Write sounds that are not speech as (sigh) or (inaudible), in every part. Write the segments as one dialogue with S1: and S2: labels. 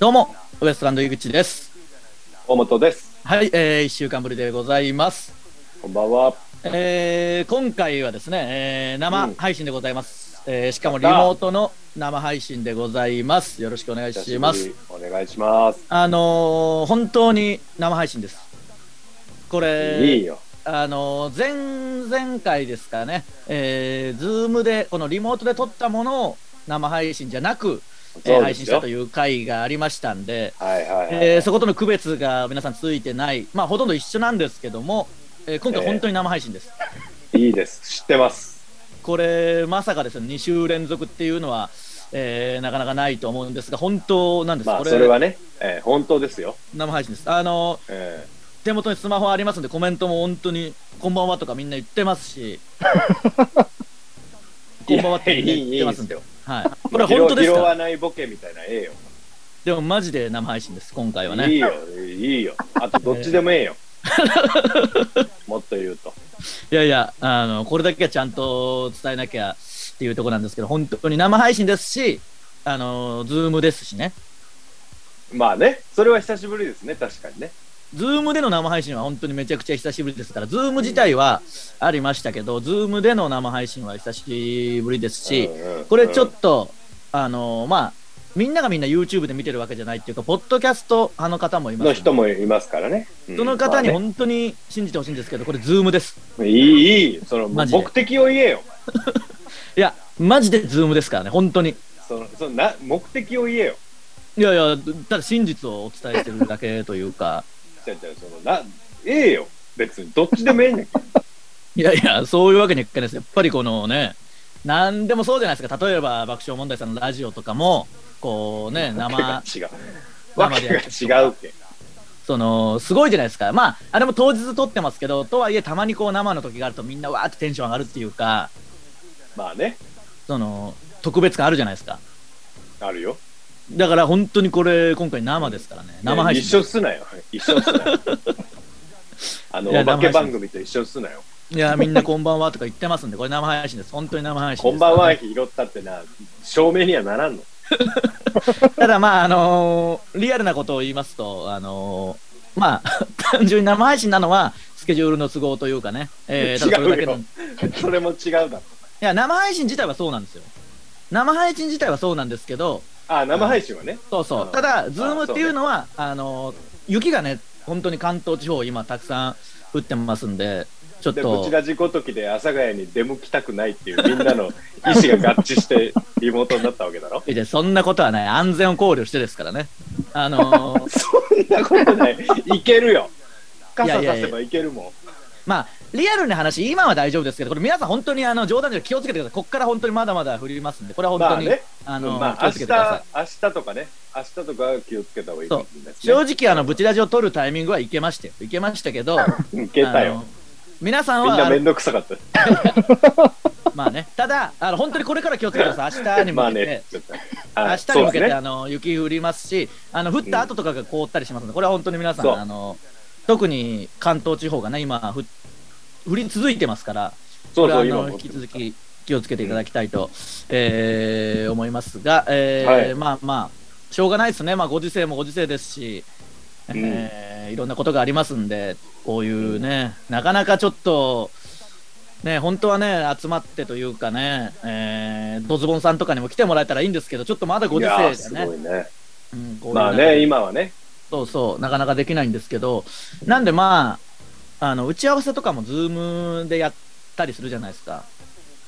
S1: どうも、ウエストランド井口です。
S2: 大本です。
S1: はい、えー、1週間ぶりでございます。
S2: こんばんは。
S1: えー、今回はですね、えー、
S2: う
S1: 生
S2: ん
S1: 配信でございます、えー。しかもリモートの生配信でございます。よろしくお願いしま
S2: 久
S1: す
S2: し。ぶり。お願いします。
S1: あのー、本当に生配信です。こ
S2: いい
S1: れ、
S2: よ。
S1: あのー、前々回ですかね、えー、ズームで、このリモートで撮ったものを生配信じゃなく、えー
S2: そうで
S1: 配信し
S2: す
S1: た
S2: よ
S1: と。いう回がありましたんで、
S2: はいはいはい。
S1: えーそことの区別が皆さんついてない、まあ、ほとんど一緒なんですけども、えー今回本当に生配信です。
S2: いいです。知ってます。
S1: これ、まさかですね、2週連続っていうのは、えーなかなかないと思うんですが、本当なんです。
S2: まあ
S1: こ
S2: それはね、えー本当ですよ。
S1: 生配信です。あの、
S2: え
S1: 手元にスマホありますんで、コメントも本当に、こんばんはとかみんな言ってます (laughs) し、
S2: ー
S1: こんばんはってみんな言ってますんで。はい。これ本当です
S2: 拾拾
S1: か
S2: わ
S1: ら
S2: ないボケみたいなえ
S1: でもマジで生配信です、今
S2: え
S1: 回は
S2: よ。
S1: ね。
S2: いいよ。いいよ。あとどっちでもええよ。
S1: (laughs)
S2: もっと言うと。
S1: いやいや、あの、これだけはちゃんと伝えなきゃっていうところなんですけど、本当に生配信ですし、あの、ズームですしね。
S2: まあね、それは久しぶりですね。確かにね。
S1: ズームでの生配信は本当にめちゃくちゃ久しぶりですから、ズーム自体はありましたけど、ズームでの生配信は久しぶりですし、
S2: うんうん
S1: これちょ
S2: う
S1: っ
S2: ん
S1: と、あの、まあ、みんながみんな YouTube で見てるわけじゃないっていうか、ポッドキャスト派の方もいます
S2: の
S1: ので。
S2: 人もいますからね。うん
S1: その方に
S2: まあね
S1: 本当に信じてほしいんですけど、これ、ズームです。
S2: いい、いい。その、
S1: マジで
S2: 目的を言えよ。
S1: いや、マジでズームですからね、本当に。
S2: その、そのな、目的を言えよ。
S1: いやいや、ただ真実をお伝えしてるだけというか、 (laughs)
S2: じゃあじゃあそのな、ええよ。別に、どっちでもええねん。
S1: いやいや、そういうわけにはいかないです。やっぱりこのね、なんでもそうじゃないですか。例えば、爆笑問題さんのラジオとかも、こうね、 (laughs) 生、 (laughs)
S2: 違う。わ
S1: 生
S2: け
S1: でや
S2: が
S1: って
S2: 違うけ。
S1: その、すごいじゃないですか。まあ、あれも当日撮ってますけど、とはいえ、たまにこう生の時があるとみんなわーってテンション上がるっていうか、
S2: まあね、
S1: その、特別感あるじゃないですか。
S2: あるよ。
S1: だから本当にこれ、今回生ですからね。生配信。
S2: 一緒すなよ。一緒すな
S1: (laughs)
S2: よ。あの、
S1: いや
S2: お化け番組と一緒すなよ。
S1: いや、みんなこんばんはとか言ってますんで、これ生配信です。本当に生配信です。
S2: こんばんは、拾ったってな、証明にはならんの。
S1: ただまあ、あのーリアルなことを言いますと、あのーまあ、 (laughs) 単純に生配信なのは、スケジュールの都合というかね、えー、ただそれだ
S2: 違う
S1: けの
S2: よ
S1: い。
S2: それも違うだろ。
S1: や、生配信自体はそうなんですよ。生配信自体はそうなんですけど、
S2: あ、生配信はね。
S1: そうそうう。
S2: ん
S1: ただ、
S2: あ
S1: ズームっていうのは、あのー雪がね、本当に関東地方、今、たくさん降ってますんで、ちょっ
S2: で、ブチ
S1: と、
S2: ラジごときで阿佐ヶ谷に出向きたくないっていうみんなの意思が合致
S1: (laughs)。
S2: してリモートになったわけだろ
S1: いやそんなことはない。安全を考慮してですからね。あのー
S2: そんなことない。いけるよ。
S1: いや
S2: 傘さ
S1: い
S2: せ
S1: やいや
S2: ばいけるもん。
S1: まあ、リアルな話、今は大丈夫ですけど、これ皆さん本当にあの冗談じゃ気をつけてください。ここから本当にまだまだ振りますんで、これは本当に、
S2: まあね
S1: あの、
S2: まあ、
S1: 気
S2: 明
S1: をつけてくださ
S2: 日明日とかね、明日とかは気をつけた方がいいかもしれないで
S1: い。
S2: すね
S1: 正直、あの、ブチラジを撮るタイミングはいけましたよ。いけましたけど、あ
S2: うん。いけたよ
S1: の。皆さん
S2: みん
S1: は、
S2: な
S1: あ
S2: め
S1: の
S2: んどくさかった。
S1: まあね、ただ、あの、本当にこれから気をつけてください。明日に
S2: ま
S1: 向
S2: あ
S1: け
S2: ね
S1: て。、
S2: ちょっと
S1: 明
S2: はい
S1: 日に向け
S2: そう
S1: て、
S2: です
S1: あの、雪降りますし、あの、降った後とかが凍ったりしますので、これは本当に皆さ、
S2: そうん
S1: あの、特に関東地方がね、今、ふ降り続いてますから、
S2: そう
S1: こ
S2: そう、
S1: れはあの
S2: 今も
S1: 引き続き気をつけていただきたいと、えー思いますが、えー
S2: はい
S1: まあまあ、しょうがないですね、まあ、ご時世もご時世ですし、
S2: うん
S1: えーいろんなことがありますんで、こういうね、なかなかちょっと、ね、本当はね、集まってというかね、えードズボンさんとかにも来てもらえたらいいんですけど、ちょっとまだご
S2: い
S1: 時世
S2: やー
S1: ですね
S2: ごいね。
S1: うんこういう
S2: まあ
S1: 中で
S2: ね、今はね、
S1: そうそう、なかなかできないんですけど、なんでまあ、あの打ち合わせとかも、ズームでやったりするじゃないですか。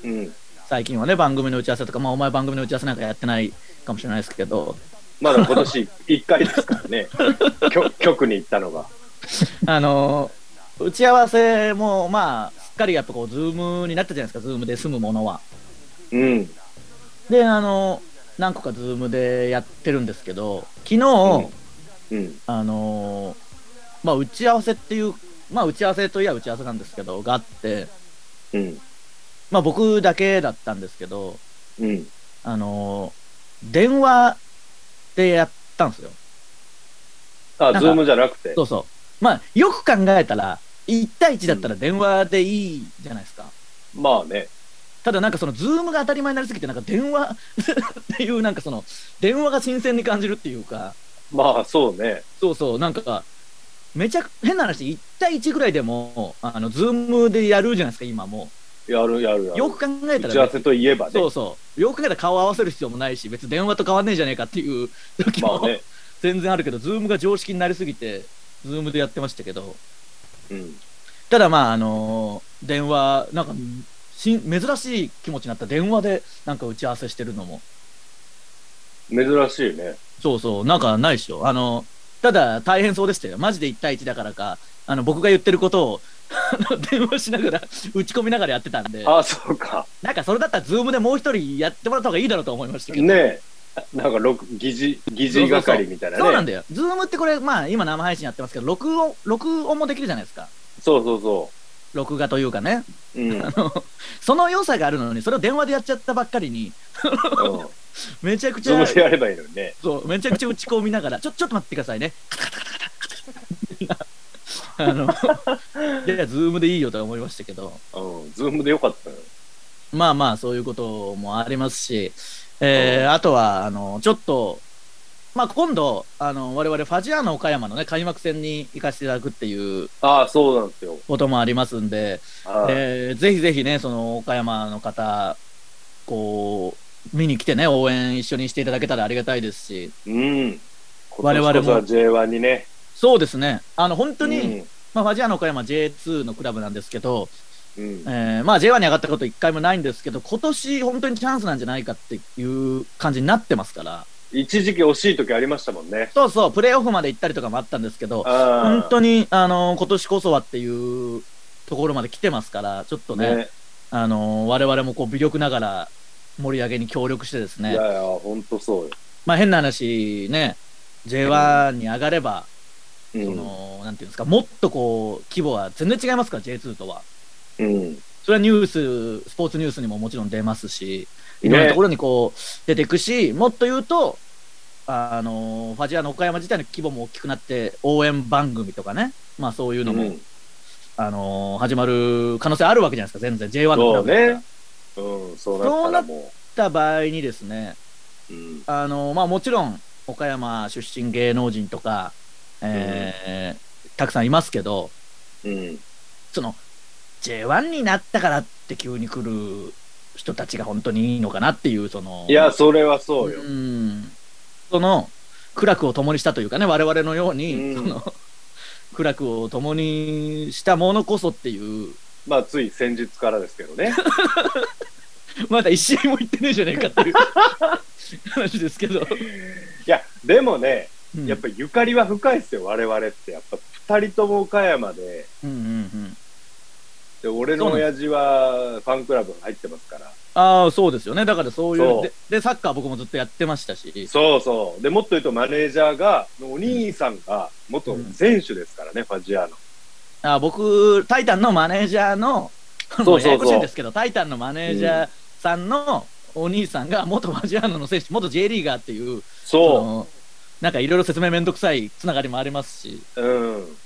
S2: うん。
S1: 最近はね、番組の打ち合わせとか、まあ、お前番組の打ち合わせなんかやってないかもしれないですけど、
S2: まだ
S1: (laughs)
S2: 今年一回ですからね、局局に行ったのが。
S1: あのー打ち合わせも、まあ、すっかりやっぱこう、ズームになったじゃないですか、ズームで済むものは。
S2: うん。
S1: で、あのー何個かズームでやってるんですけど、昨日、
S2: うん。
S1: あのーまあ、打ち合わせっていう、まあ、打ち合わせといえば打ち合わせなんですけど、があって、
S2: うん。
S1: まあ、僕だけだったんですけど、
S2: うん。
S1: あのー電話でやったんですよ。
S2: あ
S1: なん、か
S2: ズームじゃなくて。
S1: そうそう。まあ、よく考えたら、1対1だったら電話でいいじゃないですか。
S2: まあね。
S1: ただなんかその、ズームが当たり前になりすぎて、なんか電話 (laughs) っていう、なんかその、電話が新鮮に感じるっていうか、
S2: まあ、そうね。
S1: そうそう、なんか、めちゃく、変な話、1対1ぐらいでも、あの、ズームでやるじゃないですか、今も
S2: やるやるや
S1: う。
S2: る。
S1: よく考えた
S2: 打
S1: ら
S2: ち合わせといえばね。
S1: そうそう。よく考えたら顔合わせる必要もないし、別に電話と変わんねえじゃねえかっていう時
S2: (laughs) ま
S1: も
S2: あね。
S1: 全然あるけど、ズームが常識になりすぎて、ズームでやってましたけど、
S2: うん。
S1: ただまあ、あのー電話、なんか、新珍しい気持ちになった電話でなんか打ち合わせしてるのも、
S2: 珍しいね。
S1: そうそう、なんかないでしょ。あの、ただ大変そうでしたよ。マジで1対1だからか、あの、僕が言ってることを、 (laughs) あの電話しながら、打ち込みながらやってたんで、
S2: あ、そうか。
S1: なんかそれだったらズームでもう一人やってもらった方がいいだろうと思いましたけど。
S2: ねえ。なんか、ろく疑似、疑似係みたいなね。
S1: そうなんだよ。ズームってこれ、まあ今生配信やってますけど、録音、録音もできるじゃないですか。
S2: そうそうそ
S1: 録画というかね。
S2: う。うん。うん
S1: あの、その良さがあるのに、それを電話でやっちゃったばっかりに、 (laughs) めちゃくち
S2: ズー
S1: ゃ
S2: ム、でやればいいのにね。
S1: そう、めちゃくちゃ打ち込みながら、ちょ、 (laughs) ちょっと待ってくださいね。カタカタカタカタカタあの、いや、ズームでいいよとは思いましたけど、
S2: うん。ズームでよかったよ。
S1: まあまあ、そういうこともありますし、え
S2: う
S1: ー、あとは、あの、ちょっと、まあ今度、あの、我々ファジアーノ岡山のね、開幕戦に行かせていただくっていう
S2: ああ、そうなんですよ。
S1: こともありますんで、
S2: はい
S1: えーぜひぜひね、その岡山の方、こう、見に来てね、応援一緒にしていただけたらありがたいですし、
S2: うん。今
S1: 我々も
S2: 年こそは J1 にね。
S1: そうですね、あの本当に、
S2: うん
S1: まあ、ファジアーノ岡山 J2 のクラブなんですけど、
S2: うん
S1: え。ーまあ、J1 に上がったこと一回もないんですけど、今年本当にチャンスなんじゃないかっていう感じになってますから、
S2: 一時期惜しい時ありましたもんね。
S1: そうそう、プレーオフまで行ったりとかもあったんですけど、
S2: 本
S1: 本当に、あの今年こそはっていうところまで来てますから、ちょっとね、
S2: ね。
S1: あの我々もこう微力ながら盛り上げに協力してです
S2: い
S1: ね、
S2: やいや、本当そうよ。
S1: まあ変な話ね、J1 に上がれば、
S2: う
S1: そ
S2: ん
S1: の、なんていうんですか、もっとこう、規模は全然違いますから、J2 とは。
S2: うん。
S1: それはニュース、スポーツニュースにももちろん出ますし、いろんなところにこう、出ていくし、もっと言うと、あの、ファジアの岡山自体の規模も大きくなって、応援番組とかね、まあそういうのも、
S2: うん
S1: あの、始まる可能性あるわけじゃないですか、全然。J1 のクラブだから
S2: そうねうん、そうなったらも
S1: った場合にですね、
S2: う。うん。
S1: あのまあ、もちろん岡山出身芸能人とか、えーたくさんいますけど
S2: うん。
S1: その J1 になったからって急に来る人たちが本当にいいのかなっていうその
S2: いや、それはそうよ
S1: う。んその苦楽を共にしたというかね我々のように、
S2: うん
S1: その苦楽を共にしたものこそっていう
S2: まあ、つい先日からですけど
S1: (laughs)
S2: ね。
S1: まだ一試合も行ってねえじゃねえかって
S2: (laughs)
S1: いう話ですけど、
S2: いや、でもね、
S1: うん
S2: やっぱりゆかりは深いですよ、我々って。やっぱ、二人とも岡山で、
S1: うんうんうん、
S2: で、俺の親父はファンクラブ入ってますから。
S1: ああ、そうですよね。だからそういう
S2: そう
S1: で、で、サッカー僕もずっとやってましたし、
S2: そうそう。で、もっと言うとマネージャーが、のお兄さんが元選手ですからね、ファジアーノ。
S1: あー僕、タイタンのマネージャーの、 (laughs)
S2: うそうそう
S1: ややこしいんですけど、タイタンのマネージャーさんのお兄さんが、元マジアーノの選手、元 J リーガーっていう、そ
S2: そ
S1: のなんかいろいろ説明めんどくさいつながりもありますし、
S2: う。うん。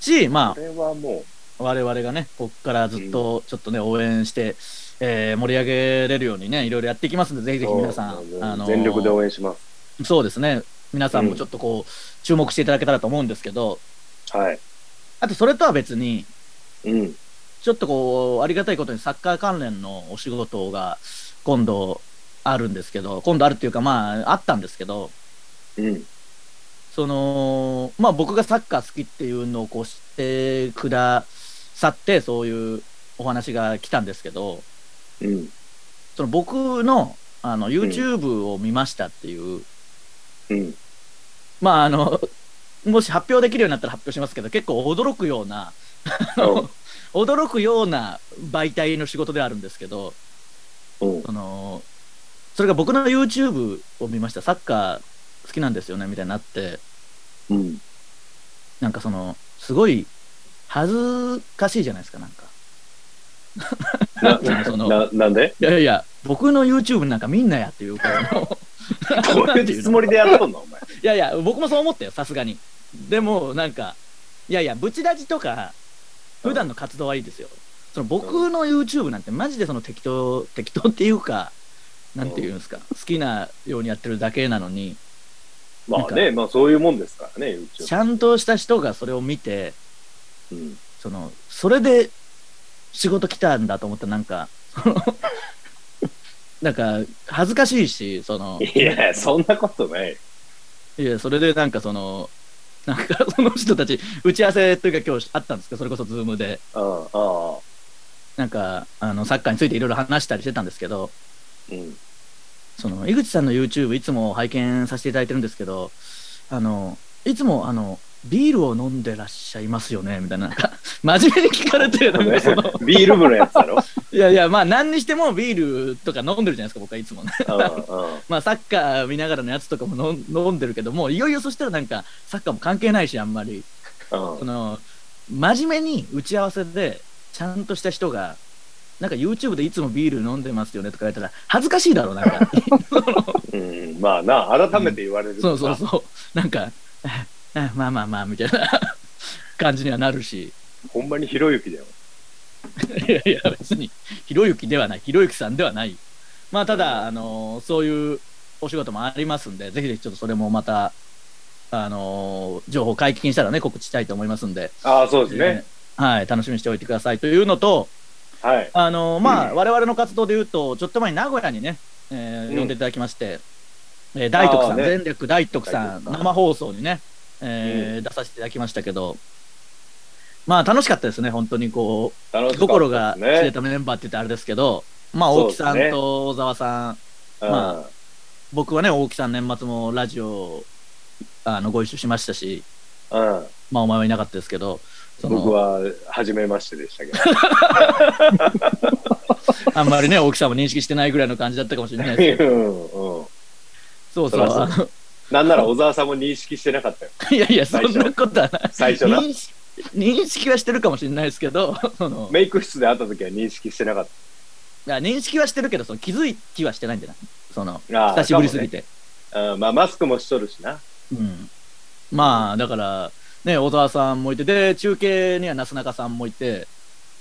S1: し、ま
S2: これはも
S1: あ、我々がね、こっからずっとちょっとね、応援して、えー盛り上げれるようにね、いろいろやっていきますんで、ぜひ
S2: う、
S1: ぜひ皆さん
S2: そう、
S1: あのー
S2: 全力で応援します。
S1: そうですね、皆さんもちょっとこう、注目していただけたらと思うんですけど、
S2: はい。
S1: あとそれとは別に、
S2: うん。
S1: ちょっとこう、ありがたいことにサッカー関連のお仕事が今度あるんですけど、今度あるっていうか、まあ、あったんですけど、
S2: うん。
S1: その、まあ僕がサッカー好きっていうのをこう知ってくださって、そういうお話が来たんですけど、
S2: うん。
S1: その僕のあの YouTube を見ましたっていう、
S2: うん。
S1: まああの、もし発表できるようになったら発表しますけど、結構驚くような、驚くような媒体の仕事ではあるんですけど、
S2: うん。
S1: そのそれが僕の YouTube を見ましたサッカー好きなんですよねみたいになって (laughs)
S2: うん。
S1: なんかそのすごい恥ずかしいじゃないですかなんか
S2: (laughs) な、
S1: その
S2: な、なんで
S1: いやいやいや僕の YouTube なんかみんなやっていうかその (laughs)
S2: どう
S1: なんて
S2: い
S1: いうう
S2: つ
S1: の
S2: もりでやっとんのお前。
S1: いやいや僕もそう思ったよさすがにでもなんかいやいやブチラジとか普段の活動はいいですよその僕の YouTube なんてマジでその適当、適当っていうか、なんていうんですか、好きなようにやってるだけなのに、
S2: まあね、まあそういうもんですからね、
S1: ち
S2: YouTube。
S1: ゃんとした人がそれを見て、
S2: うん
S1: その、それで仕事来たんだと思ったらなんか、 (laughs) そのなんか、恥ずかしいし、その、
S2: いや、そんなことない。
S1: いや、それでなんかその、なんかその人たち、打ち合わせというか今日あったんですけど、それこそズームで、
S2: ああ、ああ、
S1: なんか、あの、サッカーについていろいろ話したりしてたんですけど、
S2: うん。
S1: その、井口さんの YouTube いつも拝見させていただいてるんですけど、あの、いつもあの、ビールを飲んでらっしゃいますよねみたいな、なんか、真面目に聞かれて、なんかその、
S2: (laughs) ビール部のやつだろ。
S1: いやいや、まあ、何にしてもビールとか飲んでるじゃないですか、僕はいつもね。 (laughs)
S2: あ
S1: まあ、サッカー見ながらのやつとかも飲ん飲んでるけど、もういよいよそしたらなんか、サッカーも関係ないし、あんまり。
S2: あ、うん
S1: その真面目に打ち合わせでちゃんとした人がなんか YouTube でいつもビール飲んでますよねとか言われたら恥ずかしいだろうなんか
S2: うん。まあな、改めて言われると
S1: そ
S2: な
S1: うそうそうなんか (laughs) あまあまあまあみたいな (laughs) 感じにはなるし
S2: ほんまにひろゆきだよ。
S1: いやいや別にひろゆきではないひろゆきさんではないまあただあのそういうお仕事もありますんでぜひぜひちょっとそれもまたあの情報解禁したらね告知したいと思いますんで、
S2: ああ、そうですね。
S1: えーはい楽しみにしておいてくださいというのと
S2: はい。
S1: あのまあ、
S2: うん
S1: 我々の活動でいうと、ちょっと前に名古屋にね、えー
S2: うん
S1: 呼んでいただきまして、えー大徳さ
S2: あ
S1: ん、
S2: ーね
S1: 全力大徳さ
S2: 大
S1: ん、
S2: 徳さん
S1: 生放送にね、えー出させていただきましたけど、まあ楽しかったですね、本当にこ
S2: 楽
S1: う、
S2: しか
S1: 心
S2: っ
S1: が
S2: た
S1: 知
S2: で
S1: れ
S2: すね。
S1: たメンバーって言ってあれですけど、まあ
S2: そう
S1: 大木
S2: ですね
S1: さんと大沢さん、
S2: う
S1: ま
S2: ん
S1: 僕はね、大木さん、年末もラジオあのご一緒しましたし、
S2: うん。
S1: まあお前はいなかったですけど、その
S2: 僕は、初めましてでしたけど。
S1: あんまりね、大木さんも認識してないぐらいの感じだったかもしれないですけど、
S2: うんうん
S1: そうそう
S2: そらそう
S1: あの、
S2: なんなら小沢さんも認識してなかったよ。
S1: いやいや、そ
S2: 最初
S1: んなことはない。
S2: 最初な。
S1: 認識認識はしてるかもしれないですけど、その
S2: メイク室で会った時は認識してなかっ
S1: いや認識はしてるけど、その気づきはしてないんじゃないその
S2: た。ああ
S1: 久しぶりすぎ。て。
S2: かもねうんまあマスクもしとるしな。
S1: うん、まあ、だから、ね、小沢さんもいて、で、中継にはなすなかさんもいて、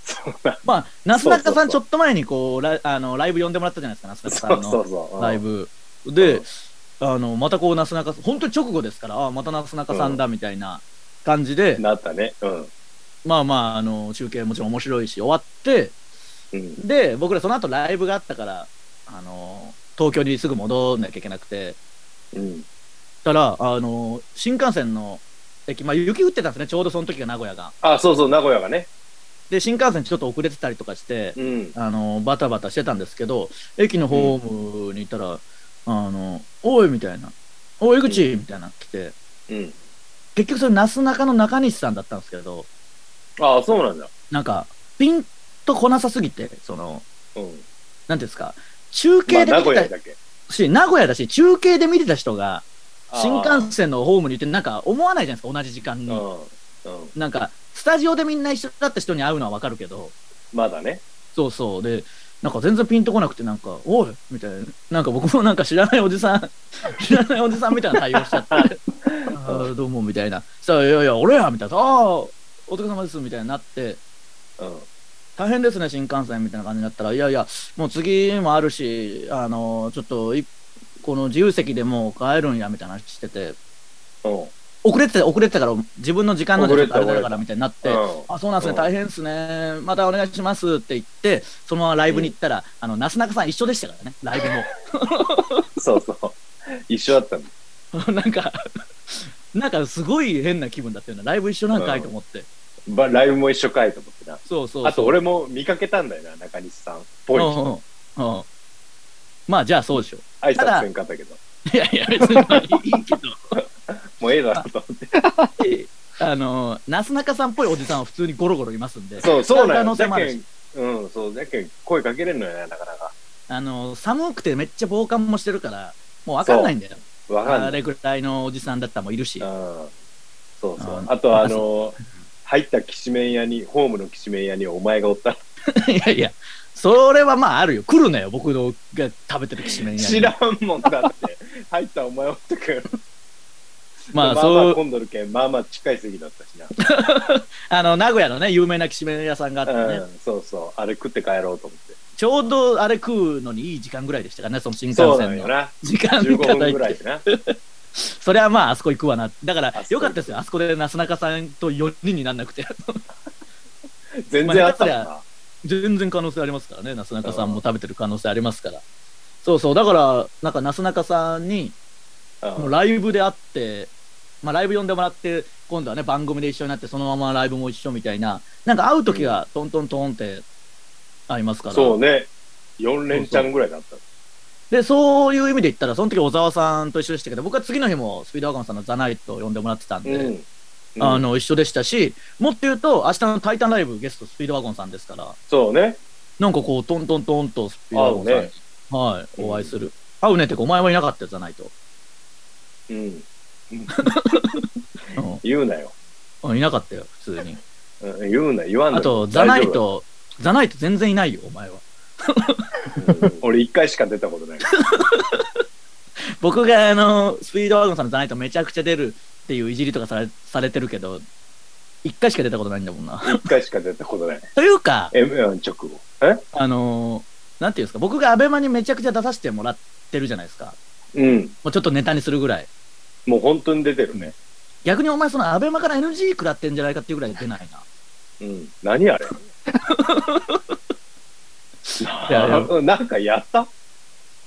S2: そうな
S1: まあ、なすなか
S2: そ
S1: さ、
S2: うそうそうん
S1: ちょっと前にこうラあのライブ呼んでもらったじゃないですか、なすなかさ
S2: そ
S1: んの
S2: うそうそう。うん
S1: ライブ。で、あのまたこう、なすなか本当に直後ですから、ああ、またなすなかさんだみたいな感じで、
S2: なったね。うん。
S1: まあまあ、あの中継もちろん面白いし、終わって、
S2: うん。
S1: で、僕らその後ライブがあったから、あの東京にすぐ戻んなきゃいけなくて、
S2: うん。
S1: たら、あの新幹線の駅、まあ、雪降ってたんですね、ちょうどその時が名古屋が。
S2: あ、そうそう、名古屋がね。
S1: で、新幹線ちょっと遅れてたりとかして、
S2: うん。
S1: あのバタバタしてたんですけど、駅のホームにいたら、あのおいみたいな、おい、江口、みたいな来て、
S2: うん。
S1: 結局、それ、なすなかの中西さんだったんですけど、
S2: ああ、そうなんだ。
S1: なんか、ピンとこなさすぎて、その、
S2: うん。
S1: なんていうんですか、中
S2: ま
S1: 継
S2: あ、
S1: で
S2: 名
S1: 見
S2: 古
S1: て
S2: 屋
S1: た
S2: だけ。
S1: し、名古屋だし、中継で見てた人が、
S2: ああ
S1: 新幹線のホームにいて、なんか思わないじゃないですか、同じ時間に。
S2: うん。うん。
S1: なんか、スタジオでみんな一緒だった人に会うのはわかるけど、
S2: まだね。
S1: そうそう、で、なんか全然ピンとこなくて、なんか、おいみたいな、なんか僕もなんか知らないおじさん、 (laughs) 知らないおじさんみたいな対応しちゃって、 (laughs) あーどうもみたいな、そしたら、いやいや、俺やみたいな、ああ、お疲れ様ですみたいになって、
S2: うん。
S1: 大変ですね、新幹線みたいな感じになったら、いやいや、もう次もあるし、あのちょっとい、この自由席でもう帰るんやみたいな話してて、
S2: うん。うん。
S1: 遅れてた、遅れてたから、自分の時間の
S2: 遅
S1: ちょ
S2: れ
S1: ってとあ
S2: た
S1: れだからみたいになって、あ、そうなんですね、
S2: うん
S1: 大変ですね、またお願いしますって言って、そのままライブに行ったら、あの、なすなかさん一緒でしたからね、ライ
S2: そうそう。一緒だったの。
S1: ブも。 (laughs) なんか、なんかすごい変な気分だったよね、ライブ一緒なんかいと思って。
S2: ばライブも一緒かいと思ってな。
S1: そうそうそう
S2: あと、俺も見かけたんだよな、中西さん。ぽい人。
S1: うんうんうんまあ、じゃあそうでしょう。 (laughs)
S2: 挨
S1: ただ
S2: 拶せんかったけど。
S1: いやいや、別
S2: (laughs)
S1: にまあいいけど。
S2: もうええだ
S1: (laughs)
S2: ろと思って。
S1: あの、なすなかさんっぽいおじさんは普通にゴロゴロいますんで。
S2: そう、そうな
S1: 可
S2: ん
S1: 能
S2: よ
S1: 性
S2: だ
S1: もある
S2: け
S1: し
S2: ん、うん、そう、だけん、声かけれんのよな、なかなか。
S1: あの、寒くてめっちゃ防寒もしてるから、もうわかんないんだよ。
S2: わか
S1: あ
S2: んない。
S1: れぐらいのおじさんだったらもいるし。
S2: う。ん。そうそううんあと、あの、
S1: (laughs)
S2: 入ったきしめん屋に、ホームのきしめん屋にお前がおった。
S1: (laughs) いやいや、それはまああるよ。来るなよ、僕のが食べてるきしめん屋に
S2: 知らんもんだって。入ったお前おったから。
S1: まあ、
S2: まあま
S1: そ
S2: あ
S1: う、
S2: 混んどるけん、まあまあ近い席だったしな。
S1: あの、名古屋のね、有名なきしめん屋さんがあってね、
S2: うん、そうそう。あれ食って帰ろうと思って。
S1: ちょうどあれ食うのにいい時間ぐらいでしたからね、その新幹
S2: そうな
S1: 線
S2: んよ
S1: の。
S2: な。
S1: 時間
S2: 15
S1: が
S2: 分
S1: 大
S2: ぐらい
S1: 体。
S2: でな。
S1: それはまあ、あそこ行くわな。だから
S2: あそこ行、く
S1: よかったですよ。あそこでなすなかさんと4人にならなくて。 (laughs)
S2: 全然あったもんな。
S1: 全然可能性ありますからね、なすなかさんも食べてる可能性ありますから。そうそう、だから、なんかなすなかさんに、も
S2: う
S1: うんライブで会って、まあ、ライブ呼んでもらって、今度はね、番組で一緒になって、そのままライブも一緒みたいな、なんか会う時がトントントンってありますから、
S2: そうね。4連チャンぐらいだった。
S1: で、そういう意味で言ったら、その時小沢さんと一緒でしたけど、僕は次の日もスピードワゴンさんのザナイトを呼んでもらってたんで、
S2: うん。うん
S1: あの、一緒でしたし、もっと言うと、明日のタイタンライブゲストスピードワゴンさんですから、
S2: そうね。
S1: なんかこう、トントントンとスピードワゴンさんに、
S2: 会うね
S1: はい、
S2: うん
S1: お会いする。会うねってか、お前はいなかったよザナイト。
S2: うん。
S1: うん
S2: 言うなよ。
S1: うん、いなかったよ、普通に。
S2: うん言うな、言わんで
S1: あ
S2: も
S1: と、ザナイ。
S2: 大丈
S1: ト、ザナイト全然いないよ、お前は。
S2: 夫うん俺一回しか出たことない。
S1: 僕が、あの、スピードワゴンさんのザナイトめちゃくちゃ出るっていういじりとかされされてるけど、一回しか出たことないんだも (laughs) んな。
S2: 一回しか出たことない。
S1: というか、
S2: M1 直後。え
S1: あのーなんていうんですか、僕がアベマにめちゃくちゃ出させてもらってるじゃないですか。
S2: うん。
S1: もうちょっとネタにするぐらい。
S2: もう本当に出てるね。
S1: 逆にお前そのアベマから NG 食らってんじゃないかっていうぐらい出ないな。
S2: うん。何あ
S1: (laughs)
S2: れ
S1: いやいや
S2: (laughs) なんかやった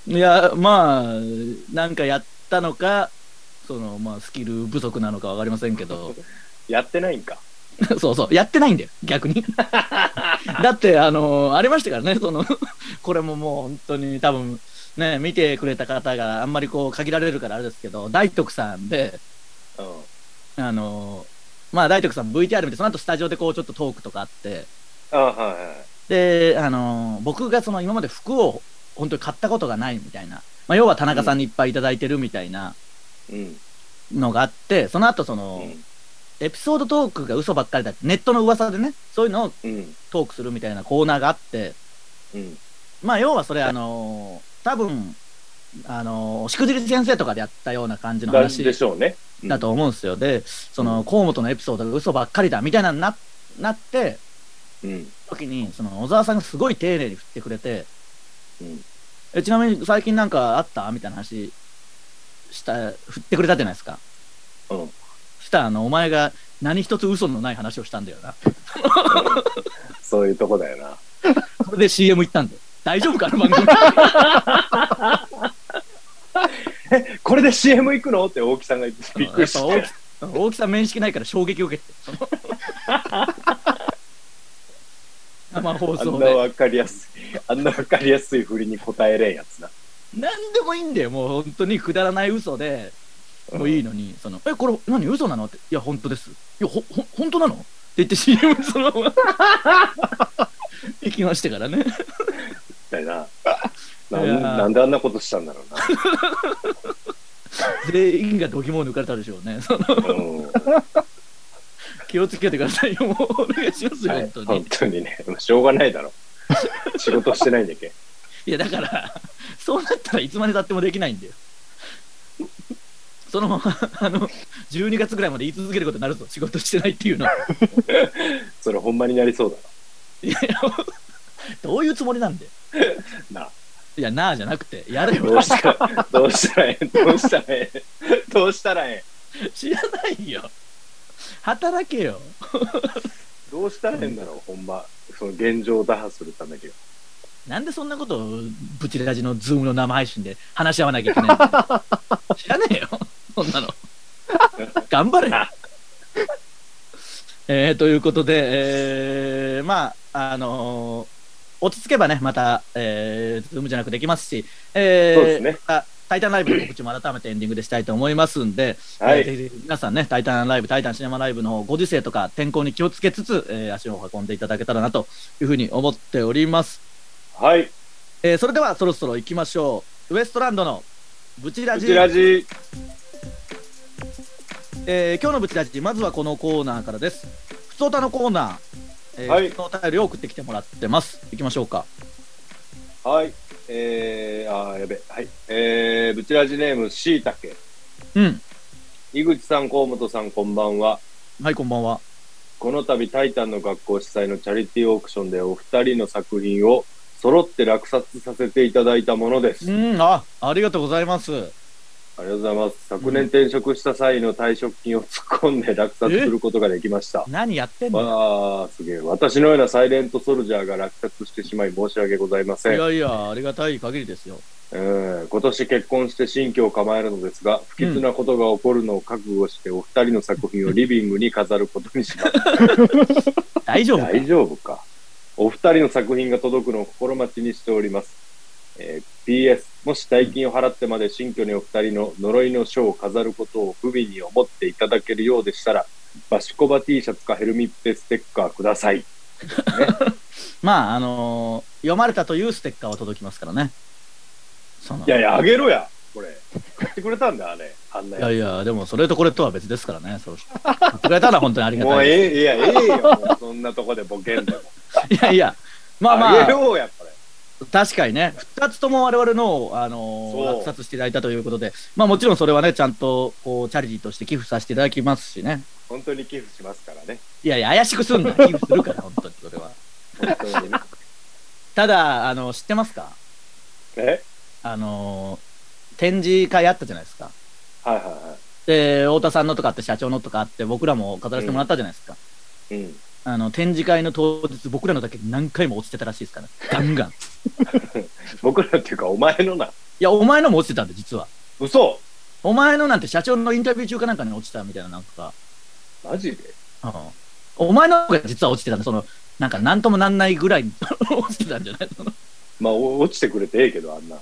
S1: いや、まあ、なんかやったのか、その、まあ、スキル不足なのかわかりませんけど、
S2: やってないんか。
S1: (laughs) そうそう、やってないんだよ、逆に。だって、あのーありましたからね、その、 (laughs) これももう本当に多分、ね、見てくれた方があんまりこう限られるからあれですけど、大徳さんで、
S2: うん。
S1: あのまあ大徳さん VTR 見てその後スタジオでこうちょっとトークとかあって
S2: あはいはい。
S1: であの僕がその今まで服を本当に買ったことがないみたいな、まあ、要は田中さんにいっぱいいただいてるみたいな
S2: うん。
S1: のがあって、その後そうの、
S2: ん
S1: エピソードトークが嘘ばっかりだってネットの噂でねそういうのを
S2: うん。
S1: トークするみたいなコーナーがあって
S2: うん。
S1: まあ要はそれあの多分あのしくじり先生とかでやったような感じの
S2: だ
S1: 話
S2: でしょうね。うん
S1: だ。と思うんですよ、でその
S2: うん
S1: 河本のエピソードが嘘ばっかりだみたいなのにななって
S2: うん。
S1: 時にその小沢さんがすごい丁寧に振ってくれて
S2: うん。
S1: えちなみに最近なんかあったみたいな話した振ってくれたじゃないですか
S2: うん。
S1: したらあのお前が何一つ嘘のない話をしたんだよな (laughs)
S2: そういうとこだよな。
S1: それで CM 行ったんだよ大丈夫かな番組
S2: これで CM 行くのって大木さんが言ってびっくりし
S1: やぱ大
S2: て
S1: き。大きさん面識ないから衝撃を受
S2: (laughs)
S1: けてその生放
S2: あん
S1: 送
S2: な
S1: で
S2: わかりやすい、あんなわかりやすい振りに答えれんやつな。
S1: 何でもいいんだよもう本当にくだらない嘘でもういいのに、その、え、これ、何、嘘なのって、いや、本当です。いや、ほ、ほ、本当なのって言って CM そのま
S2: (laughs)
S1: ま行きましたからね。
S2: みたいな。ない
S1: や
S2: ん
S1: ー
S2: なんであんなことしたんだろ
S1: 全員が度肝を抜かれたでしょうね。その
S2: うな。うん
S1: 気をつけてくださいよ。もうお願いしますよ、
S2: はい
S1: 本当
S2: 本
S1: に。
S2: 当にね、しょうがな
S1: (laughs)
S2: いだろ。仕事してないんだっけ。
S1: いや、だから、 (laughs) そうなったらいつまでたってもできないんだよ。そのまま、あの、12月ぐらいまで言い続けることになるぞ、仕事してないっていうのは。
S2: それほんまになりそう
S1: いや、どういうつもりなんだよ。
S2: だろ。
S1: いや、なあじゃなくて、やれ
S2: など
S1: よ
S2: う。したら、どうしたらええんどうしたらええんどうしたらえ
S1: 知らないよ。働けよ。
S2: えんどうしたらええんだろう、ほんま。その現状を打破するためには。
S1: なんでそんなことをブチラジのズームの生配信で話し合わなきゃい
S2: (laughs)
S1: けないの知らねえよ、そんなの。頑
S2: (laughs)
S1: 張れ。えー、ということで、えー、まあ、あのー落ち着けばね、また、えー、ズームじゃなくできますし、えー、
S2: そうですね
S1: またタイタンライブ
S2: (laughs)
S1: の告知も改めてエンディングでしたいと思いますんで、
S2: はい
S1: えーぜひぜひ皆さんね、タイタンライブ、タイタンシネマライブの方、ご時世とか天候に気をつけつつ、えー足を運んでいただけたらなというふうに思っております。
S2: はい。
S1: えーそれではそろそろ行きましょうウエストランドのブチラ
S2: う
S1: ジ
S2: ちラジ、
S1: えー今日のブチラジまずはこのコーナーからですふつおたのコーナー、えー
S2: はい
S1: 普通のお便りを送ってきてもらってます行きましょうか
S2: はい。えー、あー、やべ。はい。えー、ぶちラジネーム、しいたけ。
S1: うん
S2: い井口さん、河本さん、こんばんは。
S1: はい、こんばんは。
S2: この度、タイタンの学校主催のチャリティーオークションでお二人の作品を揃って落札させていただいたものです。
S1: う
S2: あ
S1: ん、あ、ありがとうございます。
S2: りがとうございます。昨年転職した際の退職金を突っ込んで落札することができました。
S1: 何やってんの
S2: わあ、すげえ。私のようなサイレントソルジャーが落札してしまい申し訳ございま
S1: い
S2: せん。
S1: やいや、ありがたい限りですよ。
S2: うん今年結婚して新居を構えるのですが、不吉なことが起こるのを覚悟して、お二人の作品をリビングに飾ることにしました。
S1: 大丈夫か
S2: 大丈夫か。お二人の作品が届くのを心待ちにしております。えー PS、もし大金を払ってまで新居にお二人の呪いの書を飾ることを不憫に思っていただけるようでしたら、バシコバ T シャツかヘルミッペステッカーください。
S1: まあ、あのー読まれたというステッカーは届きますからね。その
S2: いやいや、あげろや、これ。買ってくれたんだ、あれ。あんないや
S1: やいや、でもそれとこれとは別ですからね。そう (laughs) 買ってくれたら本当にありが
S2: もう
S1: たいで
S2: ええ、いや、ええよ。もうそんなとこでボケんでも。
S1: す。いやいや、 (laughs) まあ
S2: あげ
S1: まあ、
S2: ようや、これ。
S1: 確かにね、2つとも我々のを、あのー
S2: そう
S1: 落札していただいたということで、まあもちろんそれはね、ちゃんとこうチャリティーとして寄付させていただきますしね。
S2: 本当に寄付しますからね。
S1: いやいや、怪しくす
S2: (laughs)
S1: んな。寄付するから、本当に (laughs) それは。
S2: 本当にね。
S1: ただ、あの、知ってますか
S2: え
S1: あのー展示会あったじゃないですか。
S2: はいは
S1: で、太田さんのとかあって、社長のとかあって、僕らも飾らせてもらったじゃないですか。
S2: いはい。うん。
S1: あの、展示会の当日、僕らのだけ何回も落ちてたらしいですから、ガンガン。い
S2: 僕らっていうか、お前のな。
S1: や、お前のも落ちてたんで、実は。
S2: 嘘
S1: お前のなんて社長のインタビュー中かなんかに落ちたみたいな、なんか、
S2: マジで
S1: うん。お前の方が実は落ちてたんで、その、なんか、なんともなんないぐらいに (laughs) 落ちてたんじゃない
S2: まあ、お落ちてくれてええけど、あんな。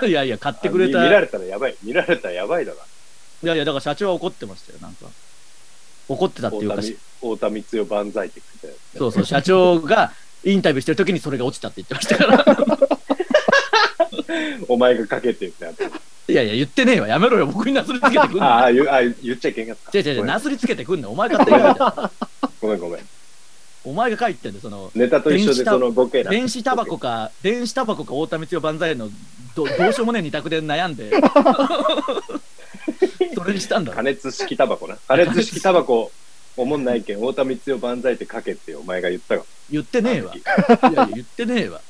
S1: のいやい (laughs) や、買ってくれ
S2: あ
S1: た。
S2: 見見
S1: い
S2: られたらやばい。見られたらやばいだな。
S1: やいや、だから社長は怒ってましたよ、なんか。怒ってたっていう
S2: 太
S1: か
S2: 田、み太田光代万歳って言ってた
S1: そうそう、社長がインタビューしてる時にそれが落ちたって言ってました
S2: (laughs)
S1: から。
S2: よ。お前がかけてってやつ。
S1: いやいや、言ってねえわ。やめろよ。僕になすりつけてくん
S2: あ
S1: な。
S2: あ言うあ、言っちゃいけんかった。
S1: 違う違う違
S2: ご
S1: う、
S2: めん
S1: なすりつけてくんな。お前勝手に書いてんだよ
S2: ごめんごめん。
S1: お前が書いてんだよ、その、
S2: ネタと一緒でそのボケな。
S1: 電子タバコか、電子タバコか、太田光代万歳のど、どうしようもねえ二択で悩んで、
S2: (laughs)
S1: それにしたんだ
S2: 加
S1: ろ。
S2: 熱式タバコな。加熱式タバコ、おもんないけん、太田光代万歳ってかけってお前が言ったか
S1: 言ってねえわ。いやいや、言ってねえわ。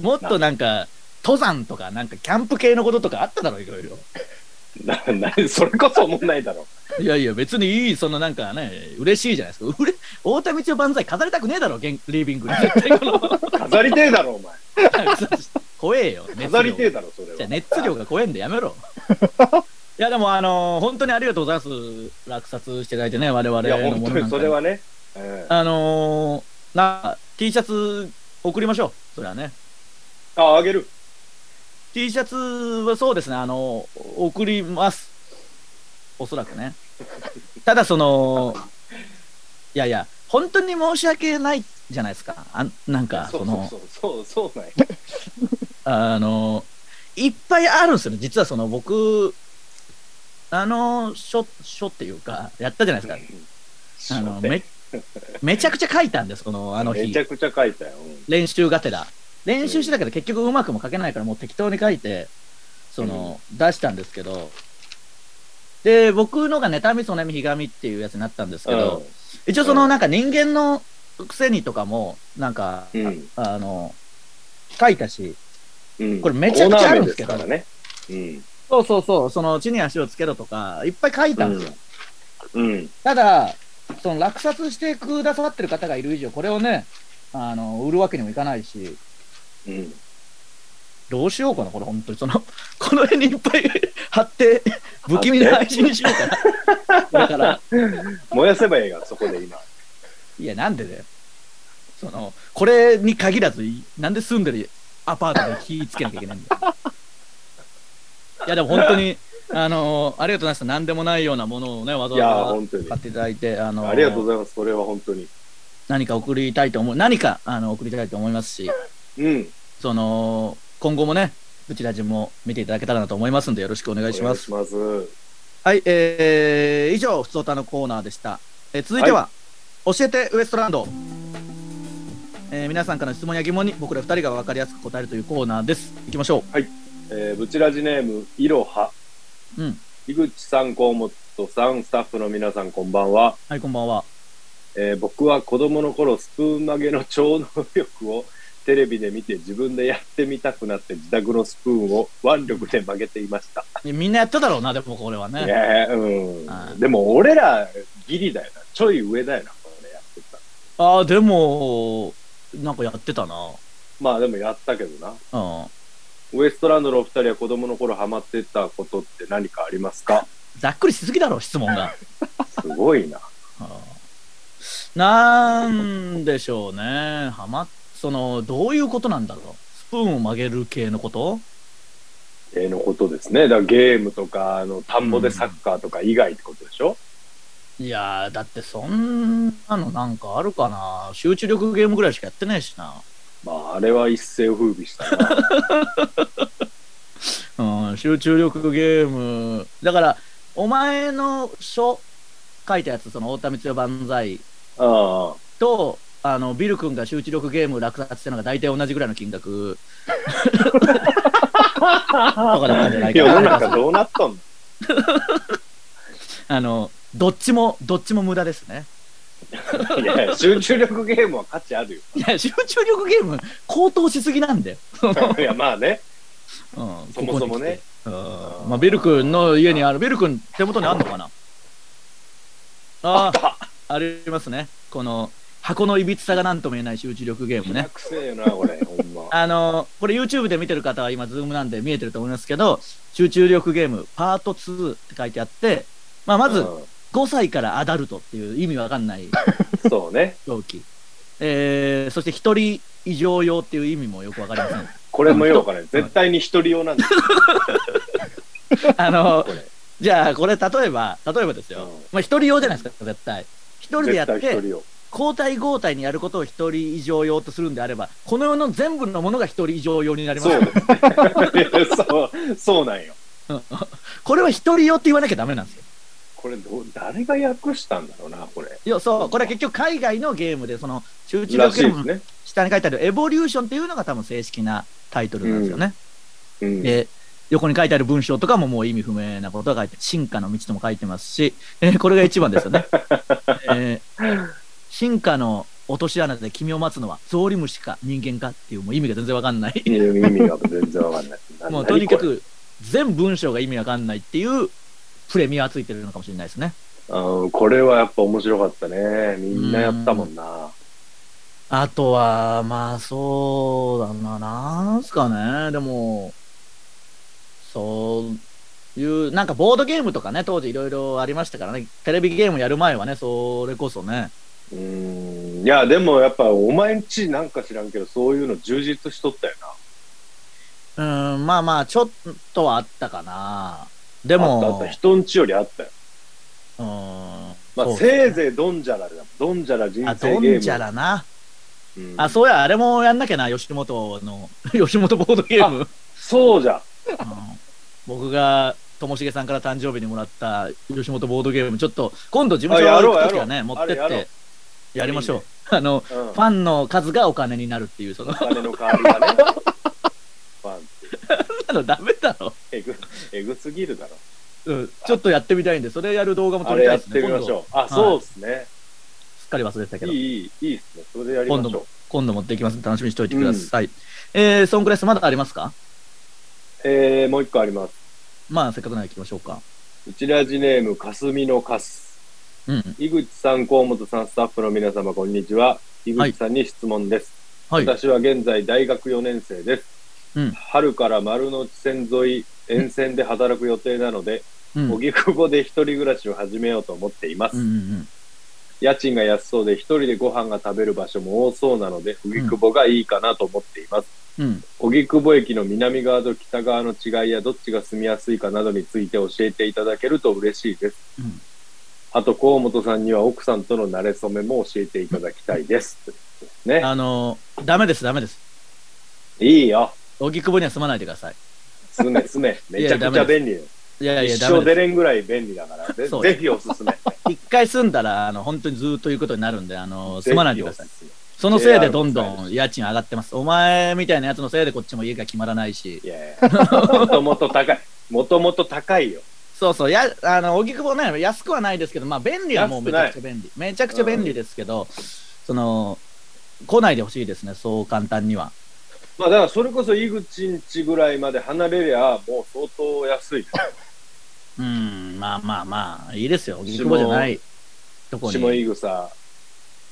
S1: もっとなんか、登山とか、なんかキャンプ系のこととかあっただろ、いろいろ。
S2: ら。な、な、それこそおもんないだろ。
S1: いやいや、別にいい、そのなんかね、嬉しいじゃないですか。うれ太田道代万歳飾りたくねえだろ、ゲンリービン
S2: (laughs)
S1: グに。絶対この
S2: 飾りてえだろ、お前。
S1: 怖えよ。熱
S2: 飾りてえ
S1: 量
S2: だろ、それ
S1: じゃあ
S2: は。
S1: 熱量が怖えんでやめ
S2: (laughs)
S1: ろ。いや、でも、あのー本当にありがとうございます。落札していただいてね、我々
S2: いや、
S1: の
S2: 本
S1: も
S2: 当
S1: のなん
S2: に
S1: か
S2: そ
S1: に
S2: れはね。うん
S1: あのーな、T シャツ送りましょう。それはね。
S2: あ、あげる。
S1: T シャツはそうですね、あの送ります。おそらくね。ただ、その、いやいや、本当に申し訳ないじゃないですか。あんなんか、
S2: そ
S1: そう
S2: そう
S1: の、
S2: そう、そう、そうなんや。
S1: あの、いっぱいあるんですよね。実はその、僕、あの、書、書っていうか、やったじゃないですか。あの、め、めちゃくちゃ書いたんです、この、あの
S2: め
S1: 日
S2: ち。ゃくちゃ書いたよ。うん
S1: 練習がてら。練習してたけど、結局うまくも書けないから、もう適当に書いて、その、出したんですけど、で、僕のが妬み、そねみ、ひがみっていうやつになったんですけど、一応そうの、
S2: ん
S1: なんか人間のくせにとかも、なんか、
S2: うん
S1: あの、書いたし、
S2: うん
S1: これめちゃくちゃあるんですけど
S2: コーナー名ですからね。
S1: そうそうそう、その、地に足をつけろとか、いっぱい書いたんですよ。
S2: うん。うん。
S1: ただ、その、落札してくださってる方がいる以上、これをね、あの、売るわけにもいかないし、
S2: うん。
S1: どうしようかな、これ、本当に。その、 (laughs) この辺にいっぱい (laughs) 貼って、不気味な配信にしようかな。だから、
S2: 燃やせばええが、そこで今。
S1: いや、なんでだよ。その、これに限らず、いなんで住んでるアパートに気ぃつけなきゃいけないんだよ。いや、でも本当に、あのーありがとうございました。なんでもないようなものをね、わざ
S2: いやー、
S1: わ
S2: 本当に
S1: ざ。買っていただいて、あのー
S2: ありがとうございます、それは本当に。
S1: 何か送りたいと思う、何か、あの、送りたいと思いますし、
S2: うん。
S1: その、今後もね、ブチラジも見ていただけたらなと思いますんで、よろしくお願いします。
S2: お願いします。
S1: はい、えー、以上、ふつおたのコーナーでした。えー続いては、教えてウエストランド。えー皆さんからの質問や疑問に僕ら二人が分かりやすく答えるというコーナーです。いきましょ
S2: えー、ブチラジネーム、いろは。
S1: う。うん。
S2: 井口さん、河本トさん、スタッフの皆さん、こんばんは。
S1: はい、こんばんは。
S2: えー僕は子供の頃、スプーン曲げの超能力を (laughs) テレビで見て自分でやってみたくなって自宅のスプーンを腕力で曲げていました。
S1: いやみんなやってたろうな、でもこれはね。
S2: ねえうん
S1: は。い
S2: でも俺らギリだよな。ちょい上だよな、これやってた。
S1: ああ、でも、なんかやってたな。
S2: まあでもやったけど
S1: う
S2: な。
S1: ん。
S2: ウエストランドのお二人は子供の頃ハマってたことって何かありま
S1: (laughs)
S2: すか
S1: ざっくりしすぎだろ、質問が。
S2: すごいな。
S1: うんなんでしょうね。はまっ、その、どういうことなんだろう。スプーンを曲げる系のこと
S2: えーのことですね。だからゲームとか、あの、田んぼでサッカーとか以外ってことでしょ、
S1: いやー、だってそんなのなんかあるかな。集中力ゲームぐらいしかやってないしな。
S2: まあ、あれは一世を風靡した
S1: (laughs)
S2: な。
S1: うん、集中力ゲーム。だから、お前の書書いたやつ、その、太田光代万歳
S2: ああ。
S1: と、あの、ビル君が集中力ゲーム落札したのが大体同じぐらいの金額。とかだったんじゃないか
S2: 世
S1: な。
S2: の中どうなっとんの
S1: あの、どっちも、どっちも無駄ですね。
S2: いやいや集中力ゲームは価値あるよ。
S1: いや、集中力ゲーム、高騰しすぎなんだよ。 (laughs)
S2: いや、まあね。
S1: うん、
S2: そもそもね
S1: ここに来て。うん。まあ、ベル君の家にある、ベル君手元にあるのかなああ、ありますね。この、箱のいびつさが何とも言えない集中力ゲームね。
S2: くせえよな、これ、ほんま。
S1: あの、これ YouTube で見てる方は今、ズームなんで見えてると思いますけど、集中力ゲーム、パート2って書いてあって、まあ、まず、
S2: う
S1: 5歳からアダルトっていう意味わかんない
S2: んそうね。
S1: 表記。 (laughs) えー、そして一人以上用っていう意味もよくわかりませ
S2: (laughs)
S1: ん。
S2: これもようから絶対に一人用なんだよ、
S1: あの
S2: こ、れ。
S1: じゃあこれ例えば、例えばですよ。
S2: うん
S1: まあ一人用じゃないですか、絶対。一人でやっ
S2: 絶対一
S1: て
S2: 人、用。
S1: 交代交代にやることを一人以上用とするんであれば、この世の全部のものが一人以上用になります
S2: そ。うですねそう。 (laughs) そうなんよ。
S1: これは一人用って言わなきゃダメなんですよ。
S2: これどう、誰が訳したんだろうな、これ。
S1: いや、そう、これは結局海外のゲームで、その、集中
S2: ら
S1: 力
S2: し
S1: ゲ
S2: い
S1: ー
S2: で
S1: ム
S2: す
S1: の
S2: ね。
S1: 下に書いてあるエボリューションっていうのが多分正式なタイトルなんですよね。
S2: うん、
S1: で、横に書いてある文章とかももう意味不明なことが書いて、進化の道とも書いてますし、えーこれが一番ですよ
S2: (laughs)
S1: ね。えー進化の落とし穴で君を待つのは、ゾウリムシか人間かっていう、もう意味が全然わかんない。
S2: 意味が全然わかんない。
S1: (laughs) もう
S2: (laughs) 何
S1: とにか。
S2: 何こ
S1: く、全文章が意味わかんないっていう、プレミアがついてるのかもしれないですね。
S2: れうんこれはやっぱ面白かったね。みんなやったもんな。
S1: あとは、まあ、そうだな、なんすかね、でも、そういう、なんかボードゲームとかね、当時いろいろありましたからね、テレビゲームやる前はね、それこそね、
S2: うん。いや、でもやっぱ、お前んちなんか知らんけど、そういうの充実しとったよな。
S1: うん、まあまあ、ちょっとはあったかな。で
S2: あったあっ
S1: も
S2: た、人んちよりあったよ。
S1: うん、
S2: まあ、
S1: そう
S2: せいぜいドンジャラだもん。ドンジャラ人
S1: あ、
S2: 生
S1: ド
S2: ゲーム。
S1: ンジャラな。
S2: うん
S1: あ、そうや、あれもやんなきゃな、吉本の、 (laughs) 吉本ボードゲーム。
S2: そうじゃん。
S1: うん僕がともしげさんから誕生日にもらった吉本ボードゲーム、ちょっと今度事務所
S2: あやろう
S1: 行くときはね、
S2: やろ
S1: 持
S2: う
S1: ってっ
S2: あれやろ
S1: て
S2: う
S1: やりましょ
S2: いうい。
S1: あの、
S2: うん、
S1: ファンの数がお金になるっていう、その (laughs)
S2: お、金の代わりがね。ファン
S1: あのダメだろ。
S2: えぐ、えぐすぎるだろ。
S1: うん、ちょっとやってみたいんで、それやる動画も
S2: あ
S1: 撮り
S2: れ
S1: た
S2: や
S1: い
S2: っ
S1: ですね。
S2: てみまし
S1: 今度、
S2: ょう。あ、そうですね。
S1: すっかり忘れてたけ
S2: い
S1: ど、
S2: い、いい、いいですね。それでやりましょう。
S1: 今度持っていきますんで楽しみにしておいてください。えー、ソングレスまだありますか
S2: えー、もう一個あります。
S1: まあ、せっかくなら行きましょうか。
S2: うちらじネーム、かすみのかす。
S1: うん。
S2: 井口さん、河本さん、スタッフの皆様、こんにちは。井口さんに質問です。
S1: はい。
S2: 私は現在大学4年生です。
S1: うん
S2: 春から丸の内線沿い沿線で働く予定なので、
S1: うん。うん
S2: 荻窪で一人暮らしを始めようと思っています。
S1: うんうん。
S2: 家賃が安そうで一人でご飯が食べる場所も多そうなので、荻窪がいいかなと思っています。
S1: うん。
S2: 荻窪駅の南側と北側の違いやどっちが住みやすいかなどについて教えていただけると嬉しいです。
S1: うん
S2: あと、河本さんには奥さんとの馴れ初めも教えていただきたいです。ね。
S1: あの、ダメです、ダメです。
S2: いいよ。
S1: 荻窪には住まないでください。
S2: す
S1: (laughs)
S2: ねすね。めちゃ
S1: いや
S2: くち
S1: ダ
S2: ゃ
S1: メで
S2: 便利よ。
S1: いやいやいや、
S2: 一
S1: ダメ
S2: 生
S1: です
S2: 出。れんぐらい便利だから、ぜ
S1: そう
S2: ぜひおすすめ。
S1: 一回住んだら、あの、本当にずーっということになるんで、あの、住まないでください
S2: ぜ。ひおすすめ
S1: そのせいで
S2: JR
S1: どんどん家賃上がってます。お前みたいなやつのせいでこっちも家が決まらないし
S2: い、やいや、もともと高い。もともと高いよ。
S1: そうそう、や、あの、荻窪ね、安くはないですけど、まあ、便利はもう
S2: 安く
S1: めち
S2: ない
S1: ゃくちゃ便利。めちゃくちゃ便利ですけど、その、来ないでほしいですね、そう簡単には。
S2: まあだからそれこそ井口んちぐらいまで離れりゃもう相当安い。
S1: うん、まあまあまあ、いいですよ、荻窪じゃないとこに。
S2: 下井草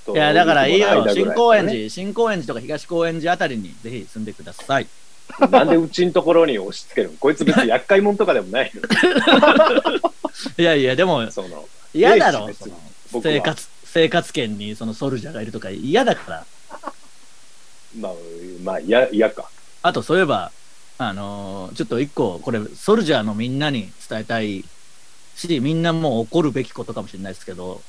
S2: と
S1: いや、だからいい
S2: 井口の
S1: よ、
S2: 間ぐ
S1: 新
S2: ら
S1: 高円
S2: ね。
S1: 寺、新高円寺とか東高円寺あたりにぜひ住んでください。
S2: なんでうちんところに押し付けるのこいつ別に厄介者とかでもないの。
S1: いやいや、でも、(laughs)
S2: その
S1: 嫌だ
S2: い
S1: ろ、
S2: いし
S1: その
S2: 僕は
S1: 生活、生活圏にそのソルジャーがいるとか嫌だから。
S2: まあ、まあ、嫌嫌か。
S1: あと、そういえば、あのーちょっと一個、これ、ソルジャーのみんなに伝えたいし、みんなもう怒るべきことかもしれないですけど、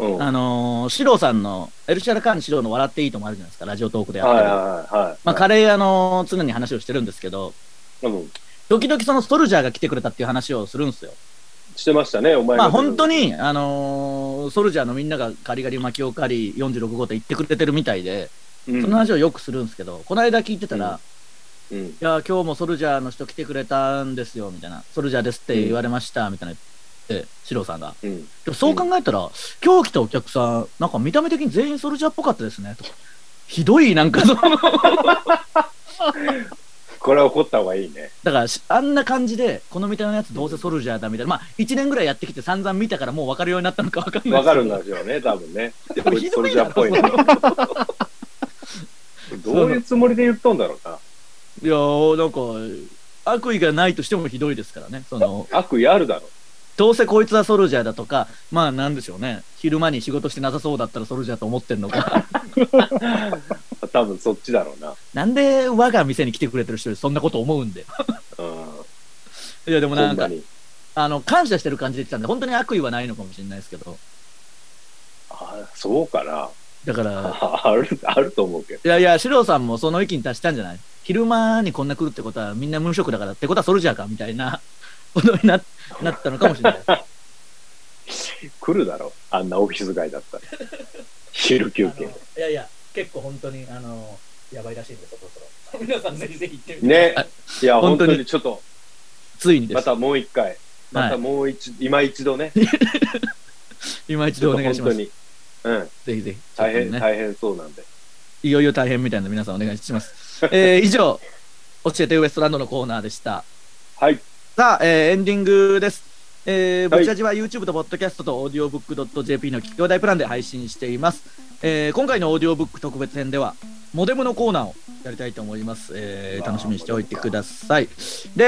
S2: うん。は
S1: あのー、シロさんの、エルシャラカーンシロの笑っていいともあるじゃないですか、ラジオトークで
S2: い
S1: やっ
S2: はい
S1: てる。
S2: はいはい。
S1: まあ、カレー、あのー常に話をしてるんですけど、
S2: うん
S1: 時々そのソルジャーが来てくれたっていう話をするんですよ。
S2: してましたね、お前
S1: ま
S2: が
S1: あ本当に、あのーソルジャーのみんながガリガリ巻きを狩り46号と言ってくれてるみたいで、
S2: うん
S1: その話をよくするんですけど、この間聞いてたら、
S2: うんうん
S1: いや、今日もソルジャーの人来てくれたんですよ、みたいな。ソルジャーですって言われました、みたいな言って、シロさんが。
S2: うん。
S1: でもそう考えたら、今日来たお客さん、なんか見た目的に全員ソルジャーっぽかったですね、とか。ひどい、なんかその、 (laughs)
S2: これは怒った方がいいね。
S1: だからし、あんな感じで、この見た目のやつどうせソルジャーだ、みたいな。まあ、1年ぐらいやってきて散々見たからもう分かるようになったのか分かんないですけど。
S2: わかるんだよね、多分
S1: (laughs)
S2: ね。こいつそれじゃっぽいね。どういうつもりで言っとんだろうな。
S1: いやーなんか、悪意がないとしてもひどいですからね。その、
S2: 悪意あるだろ
S1: どうせこいつはソルジャーだとか、まあなんでしょうね。昼間に仕事してなさそうだったらソルジャーと思ってんの
S2: (laughs)
S1: か。
S2: う。多分そっちだろうな。
S1: なんで我が店に来てくれてる人にそんなこと思うんで。
S2: うん。
S1: いやでもな
S2: ほ
S1: んん
S2: ま
S1: か、
S2: に。
S1: あの、感謝してる感じで言ってたんで、本当に悪意はないのかもしれないですけど。
S2: あそうかな。
S1: だから、
S2: (laughs) ある、あると思うけど。
S1: いやいや、シロさんもその域に達したんじゃない昼間にこんな来るってことはみんな無職だからってことはソルジャーかみたいなことにななったのかもしれない。
S2: 来るだろう。あんなオフィス街
S1: (laughs)
S2: だったら。昼休憩。
S1: いやいや、結構本当に、あの、やばいらしいんで、そろそろ。皆さんぜひぜひ行ってみ
S2: ね。いや、本
S1: 本
S2: 当
S1: 当に
S2: にちょっと、
S1: ついにで。
S2: ますたもう一回。またもう一、今一度ね。
S1: 今 (laughs) 一度お願いします。
S2: ちょっと本当に。うん。
S1: ぜひぜひ。
S2: 大変、
S1: ちょっとね。
S2: 大変そうなんで。
S1: いよいよ大変みたいな皆さんお願いします。えー以上、教えてウエストランドのコーナーでした。
S2: はい。
S1: さあ、えーエンディングです。えー、
S2: はい
S1: ブチャジは YouTube と Podcast と audiobook.jp の企業大プランで配信しています。えー今回の audiobook 特別編では、モデムのコーナーをやりたいと思います。えー楽しみにしておいてください。で、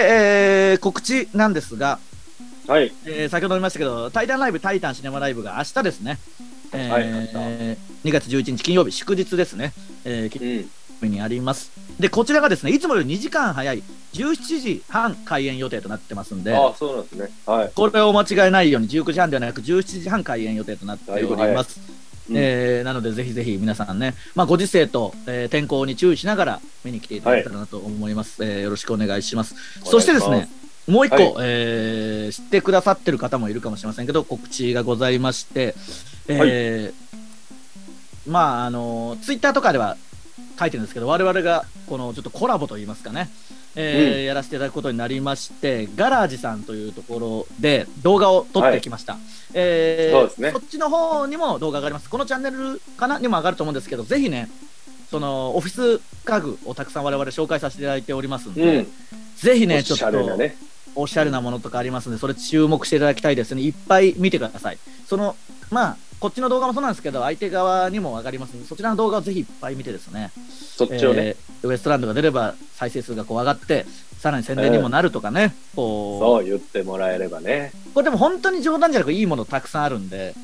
S1: えー告知なんですが、
S2: はい。
S1: えー先ほども言いましたけど、タイタンライブ、タイタンシネマライブが明日ですね。えー
S2: はい明
S1: 2月11日金曜日、祝日ですね。えー、金
S2: うん。
S1: 曜日にあります。で、こちらがですね、いつもより2時間早い、17時半開演予定となってますんで、
S2: ああ、そうなんですね。はい。
S1: これを間違えないように19時半ではなく17時半開演予定となっております。
S2: うん
S1: えーなので、ぜひぜひ皆さんね、まあ、ご時世と、えー天候に注意しながら見に来ていただけたらなと思います、えーよろしくお願いします。そしてです
S2: お願い
S1: ね
S2: し、
S1: もう一個、
S2: はい
S1: えー知ってくださってる方もいるかもしれませんけど、告知がございまして、えーまあ、あの、ツイッターとかでは書いてるんですけど、我々が、この、ちょっとコラボといいますかね、えーやらせていただくことになりまして、ガラージさんというところで動画を撮ってきました。えー
S2: そうですね
S1: そっちの方にも動画上がります。このチャンネルかなにも上がると思うんですけど、ぜひね、そのオフィス家具をたくさん我々紹介させていただいておりますんで、
S2: うん。
S1: ぜひね、
S2: お
S1: ちょっ
S2: しゃれな
S1: と
S2: ね。
S1: おしゃれなものとかありますんで、それ注目していただきたいですね。いっぱい見てください。その、まあ、こっちの動画もそうなんですけど、相手側にも上がりますんで、そちらの動画をぜひいっぱい見てですね、
S2: そっちをね。
S1: えーウエストランドが出れば再生数がこう上がって、さらに宣伝にもなるとかね、こ
S2: そう言ってもらえればね。
S1: う、これでも本当に冗談じゃなくいいものたくさんあるんで、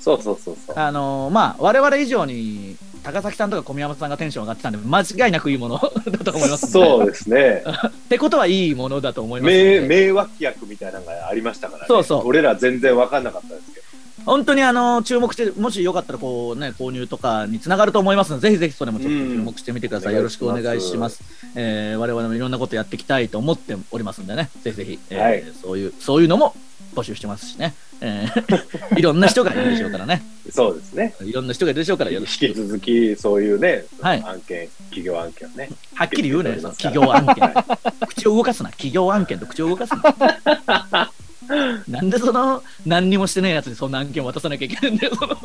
S2: そうそうそうそう。
S1: あのーまあ、我々以上に、高崎さんとか小宮山さんがテンション上がってたんで、間違いなくいいもの (laughs) だと思いますんで
S2: そうですね。
S1: ってことはいいものだと思いますん
S2: 名、
S1: で。
S2: 名脇役みたいなのがありましたからね。
S1: そうそう
S2: 俺ら全然わかんなかったですけど。
S1: 本当にあのー注目して、もしよかったらこうね、購入とかにつながると思いますので、ぜひぜひそれもちょっと注目してみてください。
S2: うん
S1: よろしくお願いします。えー我々もいろんなことやっていきたいと思っておりますんでね、ぜひぜひ、えー
S2: はい
S1: そういう、そういうのも募集してますしね。えー (laughs) いろんな人がいるでしょうからね。
S2: そうですね。
S1: いろんな人がいるでしょうから、よ
S2: 引
S1: ろし
S2: き
S1: く。
S2: 続き、そういうね、
S1: はい
S2: 案件、企業案件をね。
S1: はっきり言うね、
S2: 引き続
S1: (laughs)
S2: き (laughs)
S1: 企業案件。口を動かすな、企業案件と口を動かすな。なんでその、何にもしてないやつにそんな案件渡さなきゃいけないんだよ、その。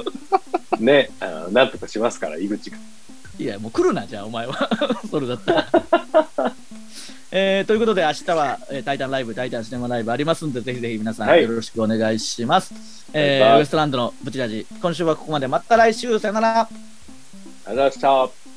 S2: ね、あのなんとかしますから、井口君。
S1: いや、もう来るな、じゃあ、お前は。 (laughs) それだったら。えーということで、明日は、えー、タイタンライブ、タイタンシネマライブありますんで、ぜひぜひ皆さん、
S2: はい
S1: よろしくお願いします。え
S2: バイバ
S1: ー
S2: イ
S1: ウエストランドのブチラジ、今週はここまで。また来週、さよなら。
S2: ありがとうございました。